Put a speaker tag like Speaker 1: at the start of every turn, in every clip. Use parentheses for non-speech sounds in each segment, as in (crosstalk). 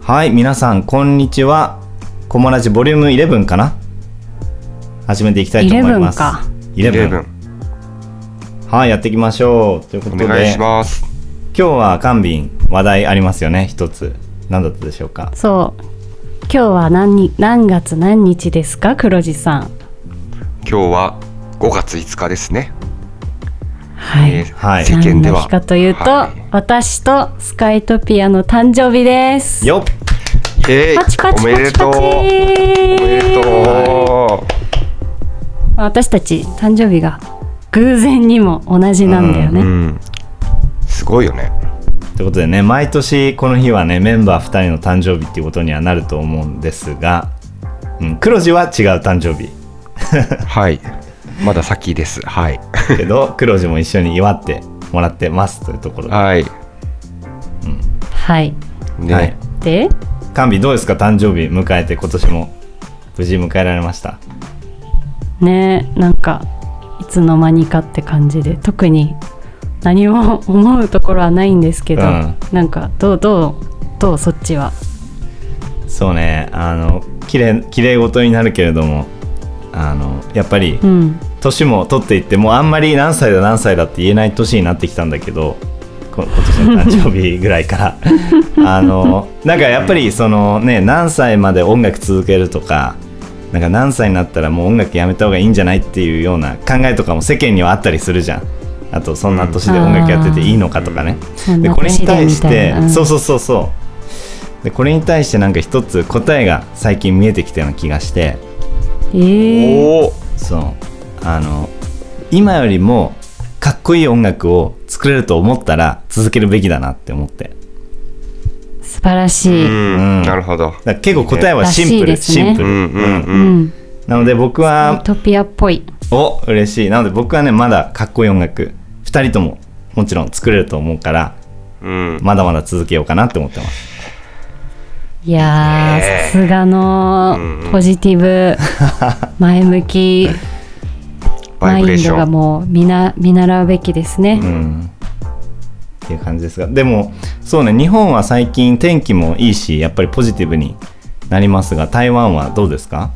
Speaker 1: はい皆さんこんにちはコモラジボリューム11かな始めていきたいと思います
Speaker 2: 11か
Speaker 1: 11
Speaker 3: 11
Speaker 1: はいやっていきましょうというこ
Speaker 3: お
Speaker 1: とで
Speaker 3: 願いします
Speaker 1: 今日は官民話題ありますよね一つ何だったでしょうか
Speaker 2: そう今日は何に何月何日ですか黒地さん
Speaker 3: 今日は5月5日ですね、
Speaker 2: はい、
Speaker 3: えー
Speaker 1: はい
Speaker 3: 世間で
Speaker 2: 何
Speaker 3: は
Speaker 2: の日かというと、
Speaker 3: はい
Speaker 2: 私とスカイトピアの誕生日です
Speaker 1: よっ
Speaker 3: イエーイ
Speaker 2: パチパチ
Speaker 3: お
Speaker 2: パ
Speaker 3: めで
Speaker 2: チパチ
Speaker 3: とうおめでと
Speaker 2: 私たち誕生日が偶然にも同じなんだよね、
Speaker 3: う、うん、すごいよね
Speaker 1: ということでね毎年この日はねメンバー2人の誕生日っていうことにはなると思うんですが、うん、黒字は違う誕生日
Speaker 3: はいまだ先ですはい
Speaker 1: けど黒字も一緒に祝ってもらってますというところで、
Speaker 3: はい
Speaker 2: はい
Speaker 3: ね、
Speaker 1: はい
Speaker 2: で
Speaker 1: 神どうですか誕生日迎えて今年も無事迎えられました
Speaker 2: ねなんかいつの間にかって感じで特に何も思うところはないんですけど、
Speaker 1: うん
Speaker 2: なんかどうどうどうそっちは
Speaker 1: そうねあの綺麗綺麗事になるけれどもあのやっぱり
Speaker 2: うん
Speaker 1: 年も取っていってもうあんまり何歳だ何歳だって言えない年になってきたんだけどこ今年の誕生日ぐらいから (laughs) あのなんかやっぱりそのね何歳まで音楽続けるとかなんか何歳になったらもう音楽やめた方がいいんじゃないっていうような考えとかも世間にはあったりするじゃんあとそんな年で音楽やってていいのかとかね、
Speaker 2: うんあ
Speaker 1: で
Speaker 2: ーそんな
Speaker 1: これに対し
Speaker 2: 年でみた
Speaker 1: て
Speaker 2: いなうん
Speaker 1: そうそうそうそうでこれに対してなんか一つ答えが最近見えてきたような気がして、
Speaker 2: ええ
Speaker 3: おお
Speaker 1: そうあの今よりもかっこいい音楽を作れると思ったら続けるべきだなって思って
Speaker 2: 素晴ら
Speaker 3: う
Speaker 2: しい、
Speaker 1: うん
Speaker 3: んなるほど
Speaker 1: だから結構答えはシンプル、
Speaker 2: らしいですね
Speaker 1: シンプ
Speaker 3: う
Speaker 1: ル、
Speaker 3: んうん
Speaker 2: う
Speaker 3: うんん
Speaker 1: なので僕は
Speaker 2: トピアっぽい
Speaker 1: お嬉しいなので僕はねまだかっこいい音楽2人とももちろん作れると思うから
Speaker 3: うん
Speaker 1: まだまだ続けようかなって思ってます
Speaker 2: いやー
Speaker 3: ねえ
Speaker 2: さすがのポジテ
Speaker 1: (laughs)
Speaker 2: ィブ前向き
Speaker 3: バ
Speaker 2: マ
Speaker 3: イブレー
Speaker 2: イン
Speaker 3: シ
Speaker 2: ド
Speaker 3: ョ
Speaker 2: が
Speaker 3: ン
Speaker 2: もう見な見習うべきですね、
Speaker 1: うんっていう感じですがでもそうね日本は最近天気もいいしやっぱりポジティブになりますが台湾はどうですか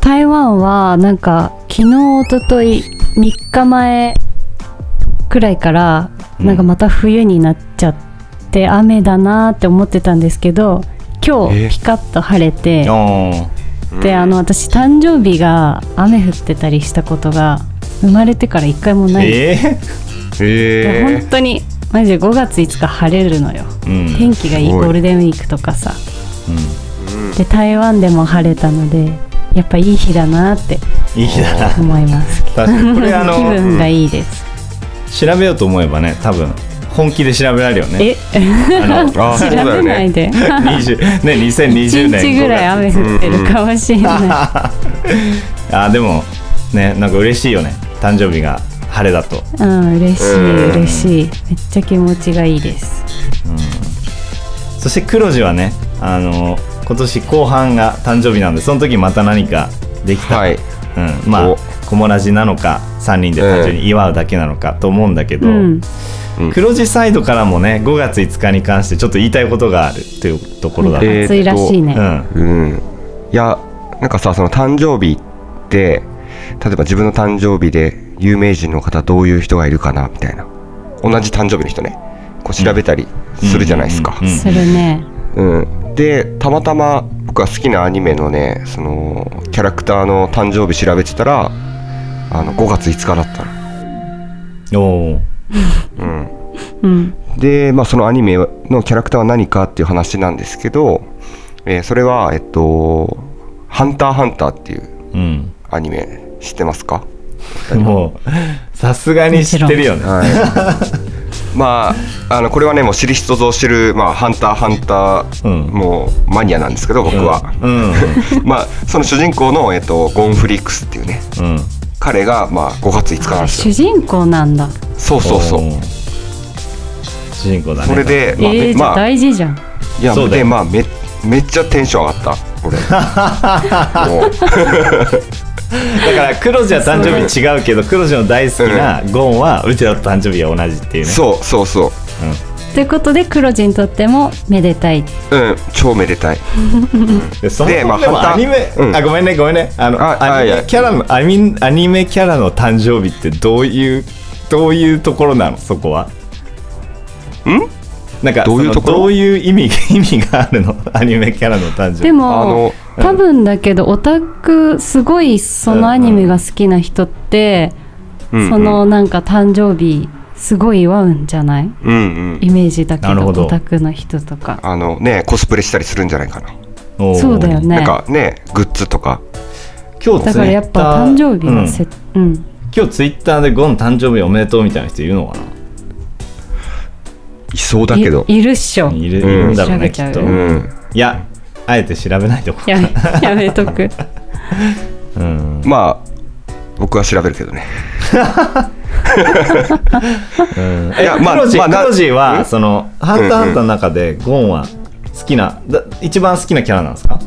Speaker 2: 台湾はなんか昨日一昨日3日前くらいから
Speaker 1: うん
Speaker 2: なんかまた冬になっちゃって雨だなーって思ってたんですけど今
Speaker 3: え
Speaker 2: 日ピカッと晴れて
Speaker 1: おー
Speaker 2: であの私誕生日が雨降ってたりしたことが生まれてから一回もない、
Speaker 1: ええ
Speaker 2: で
Speaker 3: へ
Speaker 2: 本当にマジで5月5日晴れるのよ
Speaker 1: うん
Speaker 2: 天気がいい
Speaker 3: すご
Speaker 2: ゴ
Speaker 3: い
Speaker 2: ールデンウィークとかさ
Speaker 1: う
Speaker 2: で台湾でも晴れたのでやっぱいい日だなって
Speaker 1: ん、いい日だな
Speaker 2: 思います
Speaker 1: 確かにこれあ
Speaker 2: (laughs) 気
Speaker 1: の
Speaker 2: 分がいいです。
Speaker 1: 調べようと思えばね多分本気で調べられるよね
Speaker 2: え、
Speaker 1: あの
Speaker 2: (laughs)
Speaker 3: ー
Speaker 2: 調
Speaker 3: あそうだよ
Speaker 2: べない
Speaker 3: ね
Speaker 2: で。
Speaker 1: 20ね2020
Speaker 2: 1
Speaker 1: 年
Speaker 2: 日ぐらい
Speaker 1: 5
Speaker 2: 雨降ってるかもしれない。
Speaker 1: 月 (laughs) あでもねなんか嬉しいよね誕生日が晴れだと
Speaker 2: うん、嬉し
Speaker 3: う
Speaker 2: い
Speaker 3: ん
Speaker 2: 嬉しい。めっちゃ気持ちがいいです。
Speaker 1: そして黒字はねあの今年後半が誕生日なんでその時また何かできたら、
Speaker 3: はい
Speaker 1: うん、まあ
Speaker 3: お
Speaker 1: 小モラジなのか3人で単純に祝うだけなのかと思うんだけど、
Speaker 2: うん、
Speaker 3: うん
Speaker 1: 黒字サイドからもね5月5日に関してちょっと言いたいことがあるというところだね、
Speaker 3: えー
Speaker 2: 暑いらしいね。
Speaker 1: うん
Speaker 3: うん、いやなんかさその誕生日って例えば自分の誕生日で有名人の方どういう人がいるかなみたいな同じ誕生日の人ねこう調べたりするじゃないですか
Speaker 1: うん
Speaker 2: するね。
Speaker 3: うんでたまたま僕は好きなアニメのねそのキャラクターの誕生日調べてたらあの5月5日だった
Speaker 1: おー
Speaker 3: の、うん、
Speaker 2: うん。
Speaker 3: で、まあ、そのアニメのキャラクターは何かっていう話なんですけど、えーそれは、えっと「ハンターハンター」っていう
Speaker 1: うん
Speaker 3: アニメ知ってますか
Speaker 1: もうさすがに知ってるよね
Speaker 3: はい、 (laughs) まああのこれはねもう知る人ぞ知る、まあ「ハンターハンター」
Speaker 1: うん
Speaker 3: もうマニアなんですけど僕は、
Speaker 1: うん
Speaker 3: まあその主人公の、えっと、ゴンフリックスっていうね
Speaker 1: うん
Speaker 3: 彼が、まあ、5月5日なんです
Speaker 2: 主
Speaker 3: よ
Speaker 2: 人公なんだ。
Speaker 3: そうそうそう
Speaker 1: おー主人公だね
Speaker 3: それで、まあ
Speaker 2: え
Speaker 3: め
Speaker 2: ー、じゃあ
Speaker 3: まあ、い
Speaker 2: 大事じゃん。
Speaker 3: や
Speaker 1: そうだよ
Speaker 3: でまあめめっちゃテンション上がった (laughs) 俺もう
Speaker 1: だから黒字は誕生日違うけど黒字の大好きなゴンはうちらと誕生日は同じっていうね
Speaker 3: そうそうそう、
Speaker 2: ということで黒字にとってもめでたい
Speaker 3: うん超めでたい
Speaker 1: でそもそ
Speaker 3: で
Speaker 1: も
Speaker 3: まあ
Speaker 1: でも
Speaker 3: ハンター
Speaker 1: アニメ、
Speaker 3: うん
Speaker 1: あごめんねごめんねあの
Speaker 3: あ
Speaker 1: アニ
Speaker 3: あい
Speaker 1: メ
Speaker 3: や
Speaker 1: キャラのアニアニメキャラの誕生日ってどういうどういうところなのそこは
Speaker 3: ん
Speaker 1: なんか
Speaker 3: どういうところ
Speaker 1: そのどういう意味 (laughs) 意味があるのアニメキャラの誕生日
Speaker 2: でも
Speaker 3: あの
Speaker 2: 多分だけどオタクすごいそのアニメが好きな人って、
Speaker 3: うんうん
Speaker 2: そのなんか誕生日すごい祝うんじゃない
Speaker 3: うんうん
Speaker 2: イメージだけ
Speaker 1: なる
Speaker 2: ど
Speaker 1: ほど
Speaker 2: オタクの人とか
Speaker 3: あのねコスプレしたりするんじゃないかな、
Speaker 1: おー
Speaker 2: そうだよね
Speaker 3: なんかねグッズとか
Speaker 1: 今日
Speaker 2: だからやっぱ誕生日の
Speaker 1: せ、
Speaker 2: せ、
Speaker 1: うん
Speaker 2: うん
Speaker 1: 今日ツイッターでゴン誕生日おめでとうみたいな人いるのか
Speaker 3: いそうだけど
Speaker 2: いいるっしょ
Speaker 1: ないる,、
Speaker 3: うん
Speaker 1: ん、だろう
Speaker 2: 調べ
Speaker 1: ね
Speaker 2: ち
Speaker 1: き
Speaker 2: ゃう
Speaker 1: っと、
Speaker 3: うん
Speaker 1: いやあえて調べないとこ
Speaker 2: やめやめとく
Speaker 1: うん
Speaker 3: まあ僕は調べるけどね
Speaker 1: うん
Speaker 3: い
Speaker 1: え
Speaker 3: やまあ
Speaker 1: クロジ,、
Speaker 3: まあな
Speaker 1: クロジは
Speaker 3: ん
Speaker 1: その「ハンターハンター」の中でゴンは好きなだ一番好きなキャラなんですか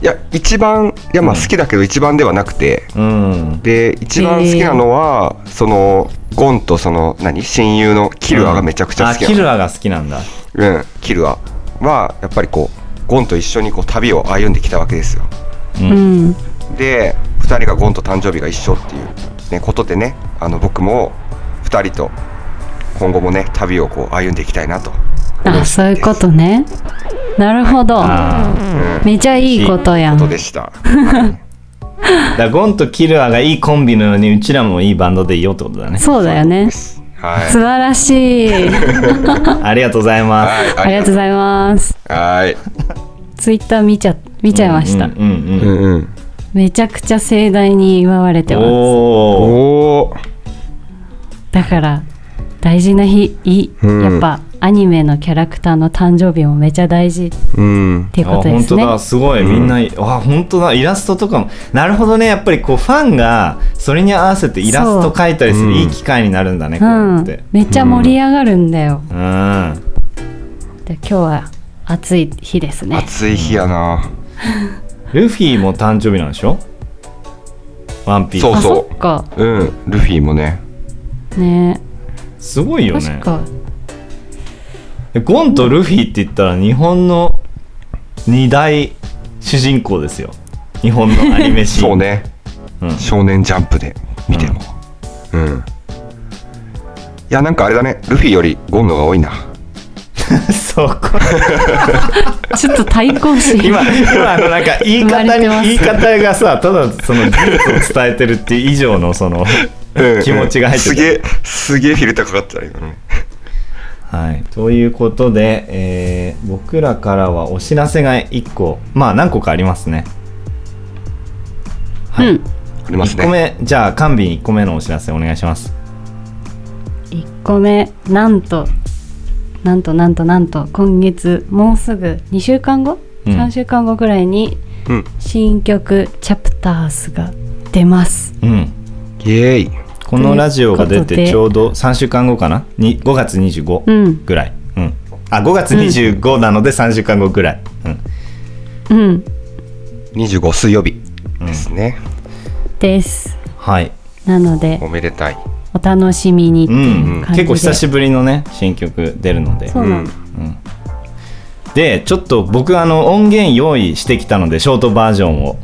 Speaker 3: いや一番いやまあ好きだけど一番ではなくて、
Speaker 1: うん
Speaker 3: で一番好きなのは、そのゴンとその何親友のキルアがめちゃくちゃ好き
Speaker 1: あ
Speaker 3: な
Speaker 1: キ
Speaker 3: の
Speaker 1: ルアが好きなんだ
Speaker 3: うん、キルアはやっぱりこうゴンと一緒にこう旅を歩んできたわけですよ
Speaker 2: うん
Speaker 3: で2人がゴンと誕生日が一緒っていう、ね、ことでねあの僕も2人と今後もね旅をこう歩んでいきたいなと
Speaker 2: あそういうことねなるほど
Speaker 1: あ
Speaker 2: めちゃいいことや
Speaker 3: こ
Speaker 2: ん
Speaker 3: とでした
Speaker 1: あだからゴンとキルアがいいコンビなのにうちらもいいバンドでいいよってことだね
Speaker 2: そうだよね
Speaker 3: はい (laughs)
Speaker 2: 素晴らしい
Speaker 1: ありがとうございます
Speaker 2: ありがとうございます
Speaker 3: はい
Speaker 2: ツイッター見ちゃ見ちゃいました、
Speaker 1: うんうん
Speaker 3: う
Speaker 1: うん
Speaker 3: んうん
Speaker 2: めちゃくちゃ盛大に祝われてます
Speaker 1: おお
Speaker 3: おお
Speaker 2: だから大事な日い
Speaker 3: うん
Speaker 2: やっぱアニメのキャラクターの誕生日もめちゃ大事っ
Speaker 3: うん
Speaker 2: ていうことで
Speaker 1: 本
Speaker 2: す
Speaker 1: 当
Speaker 2: ね
Speaker 1: だすごいみんな、あ本当だイラストとかもなるほどねやっぱりこうファンがそれに合わせてイラスト描いたりす
Speaker 3: そう
Speaker 1: るいい機会になるんだね、
Speaker 2: う
Speaker 1: こうやっ
Speaker 2: ん
Speaker 1: て、
Speaker 2: めっちゃ盛り上がるんだよ、
Speaker 1: うん
Speaker 2: で今日は暑い日ですね
Speaker 3: 暑い日やな
Speaker 1: ルフィも誕生日なんでしょワンピース
Speaker 3: そう
Speaker 2: あそっか
Speaker 3: うんルフィもね
Speaker 2: ね
Speaker 1: すごいよ
Speaker 2: 確
Speaker 1: ね
Speaker 2: か
Speaker 1: ゴンとルフィって言ったら日本の二大主人公ですよ日本のアニメシーン
Speaker 3: そうね、
Speaker 1: うん
Speaker 3: 少年ジャンプで見てもうん、いやなんかあれだねルフィよりゴンのが多いな
Speaker 1: (laughs) そこ
Speaker 2: ちょっと対抗心
Speaker 1: 今今あのなんか言い
Speaker 2: 生ま
Speaker 1: 方
Speaker 2: れ
Speaker 1: に
Speaker 2: てます
Speaker 1: 言い方がさただその事実を伝えてるっていう以上のその気持ちが入ってる
Speaker 3: すげえすげえフィルターかかってたね今のね
Speaker 1: はい、ということで、えー僕らからはお知らせが1個まあ何個かありますねはい、
Speaker 2: うん
Speaker 3: あります
Speaker 1: 1個
Speaker 3: ね
Speaker 1: 目じゃあ官民1個目のお知らせお願いします
Speaker 2: 1個目なんとなんとなんとなんと今月もうすぐ2週間後、
Speaker 1: うん
Speaker 2: 3週間後ぐらいに
Speaker 3: うん
Speaker 2: 新曲「チャプターズが出ます
Speaker 1: うん
Speaker 3: イエーイ
Speaker 1: このラジオが出
Speaker 2: ということ
Speaker 1: て
Speaker 2: で
Speaker 1: ちょうど3週間後かなに5月
Speaker 2: う
Speaker 1: 25
Speaker 2: ん
Speaker 1: ぐらい、うん、あ5月25なので3週間後ぐらい、うん
Speaker 2: うん
Speaker 3: 25水曜日ですね、
Speaker 2: です
Speaker 1: はい、
Speaker 2: なので
Speaker 3: おめでたい
Speaker 2: お楽しみにって
Speaker 1: う、
Speaker 2: いうん感じで、
Speaker 1: 結構久しぶりのね新曲出るので
Speaker 2: そうなの、
Speaker 1: でちょっと僕あの音源用意してきたのでショートバージョンを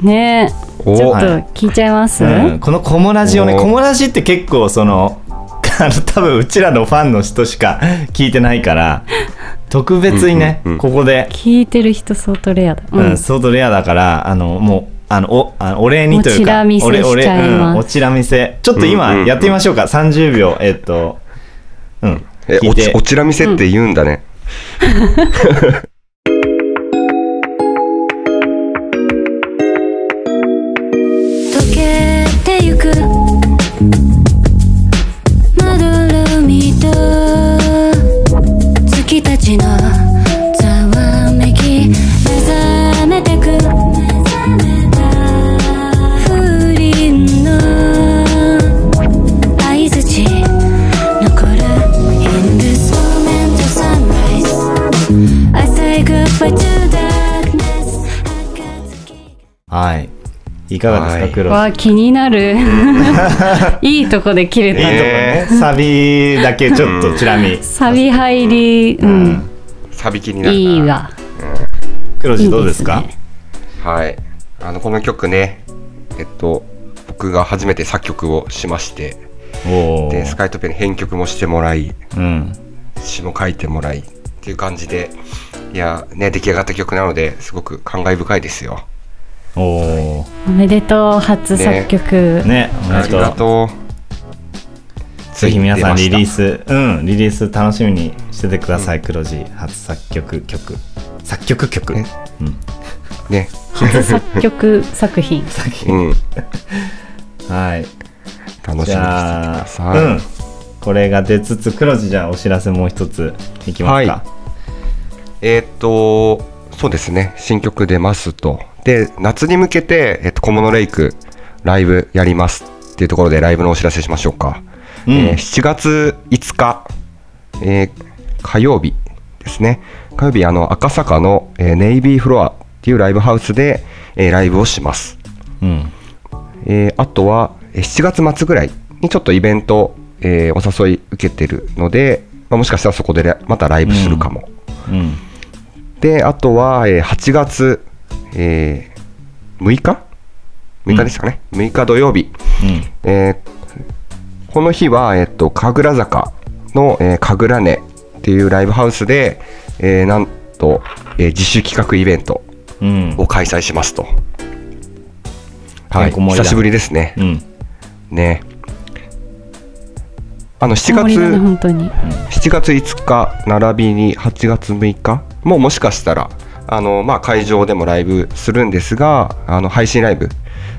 Speaker 2: ねえ
Speaker 3: お
Speaker 2: ちょっと
Speaker 1: はい
Speaker 2: 聞いちゃいます、
Speaker 1: うん、このコモラジをね
Speaker 3: おー
Speaker 1: コモラジって結構その (laughs) あの多分うちらのファンの人しか聞いてないから特別にね、
Speaker 3: うんうんうん
Speaker 1: ここで、
Speaker 2: 聞いてる人相当レアだ、う
Speaker 1: うんん、相当レアだからあのもうあのおあのお礼にというか
Speaker 2: おちら見せ
Speaker 1: お礼お礼
Speaker 2: しちゃいます
Speaker 1: うん、おちら見せちょっと今
Speaker 3: うんうんうん
Speaker 1: やってみましょうか、30秒えっとうん
Speaker 3: え
Speaker 1: 聞い
Speaker 3: おち
Speaker 1: て
Speaker 3: おちら見せって言うんだね、
Speaker 4: 溶けてゆくまどろみと月たちのざわめき目覚めてく風鈴の合図ち残る In this moment of sunrise I say goodbye to darkness 赤月
Speaker 1: はいいかがですか、
Speaker 3: はい
Speaker 1: 黒
Speaker 2: わあ気にな
Speaker 3: (laughs)
Speaker 2: るいいとこで切れ
Speaker 1: いいと
Speaker 2: た、
Speaker 1: こね、サビだけちょっとチラ見。
Speaker 2: サビ入り、うん
Speaker 3: サビ気になるない
Speaker 2: いわ
Speaker 1: 黒
Speaker 2: いい
Speaker 1: 字どうですか
Speaker 2: ね
Speaker 3: はいあのこの曲ねえっと僕が初めて作曲をしまして
Speaker 1: おお。
Speaker 3: でスカイトペに編曲もしてもらい
Speaker 1: うん。
Speaker 3: 詞も書いてもらいっていう感じでいやね出来上がった曲なのですごく感慨深いですよ
Speaker 1: おお。
Speaker 2: おめでとう初作曲、
Speaker 1: ね、おめ
Speaker 3: あ
Speaker 1: で
Speaker 3: り
Speaker 1: と
Speaker 3: が
Speaker 1: う。
Speaker 3: とう
Speaker 1: ぜひ皆さんリリー
Speaker 3: ス
Speaker 1: ス、うん、リリース楽しみにしててください、黒字。初作曲曲。作曲曲。うん
Speaker 3: ね。ね
Speaker 2: 初作曲作品
Speaker 3: (laughs) うん
Speaker 1: はい。
Speaker 3: 楽しみにしててく
Speaker 1: じゃ
Speaker 3: だ
Speaker 1: あ、
Speaker 3: さい、
Speaker 1: うん。これが出つつ、黒字じゃあお知らせもう一ついきますか。
Speaker 3: えーっとそうですね新曲出ますとで夏に向けて、えっと、小物レイクライブやりますっていうところでライブのお知らせしましょうか、
Speaker 1: うん
Speaker 3: えー7月5日、えー火曜日ですね火曜日あの赤坂の、えーネイビーフロアっていうライブハウスで、えーライブをします
Speaker 1: うん。
Speaker 3: えーあとはえー7月末ぐらいにちょっとイベント、えーお誘い受けてるので、まあ、もしかしたらそこでねまたライブするかも、
Speaker 1: うん。
Speaker 3: であとは、えー8月、えー6日 ?6 日ですかね、6日土曜日、
Speaker 1: うん。
Speaker 3: えーこの日は、えー、と神楽坂の、えー神楽根っていうライブハウスで、えーなんと、えー自主企画イベント
Speaker 1: うん。
Speaker 3: を開催しますと、はい、
Speaker 1: てんこ盛りだ
Speaker 3: 久しぶりですね、
Speaker 1: うん。
Speaker 3: ねあの7
Speaker 2: 盛りだね
Speaker 3: 月
Speaker 2: 本当に
Speaker 3: 7月5日並びに8月6日もうもしかしたらあの、まあ、会場でもライブするんですがあの配信ライブ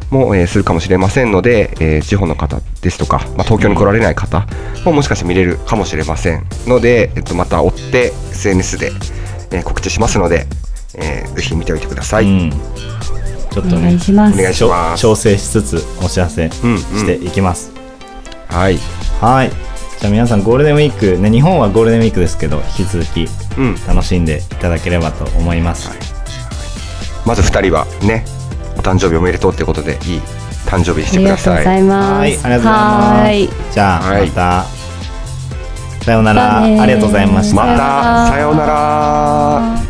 Speaker 3: も、えーするかもしれませんので、えー地方の方ですとか、まあ、東京に来られない方ももしかして見れるかもしれませんので、えっと、また追って SNS で、えー告知しますので、えーぜひ見ておいてください。う
Speaker 1: うんん、ちょっと
Speaker 2: お願
Speaker 1: ね
Speaker 2: いします
Speaker 3: お願いし
Speaker 1: ちょ
Speaker 3: ます
Speaker 1: 調整しつつお知らせ
Speaker 3: うんうん
Speaker 1: していきます、
Speaker 3: はい、
Speaker 1: はいじゃあ皆さんゴールデンウィークね日本はゴールデンウィークですけど引き続き
Speaker 3: うん
Speaker 1: 楽しんでいただければと思います、
Speaker 3: まず2人はねお誕生日おめでとうということでいい誕生日に
Speaker 2: あ
Speaker 3: して
Speaker 2: り
Speaker 3: く
Speaker 2: が
Speaker 3: だ
Speaker 2: とう
Speaker 3: さ
Speaker 2: ご
Speaker 3: い。
Speaker 2: ざいます
Speaker 1: はいありがとうござい
Speaker 2: は
Speaker 1: ま
Speaker 2: ーい
Speaker 1: すじゃあ
Speaker 3: はい
Speaker 1: また、さような
Speaker 2: ま
Speaker 1: ら
Speaker 2: たねー
Speaker 1: ありがとうございました
Speaker 3: またさようなら。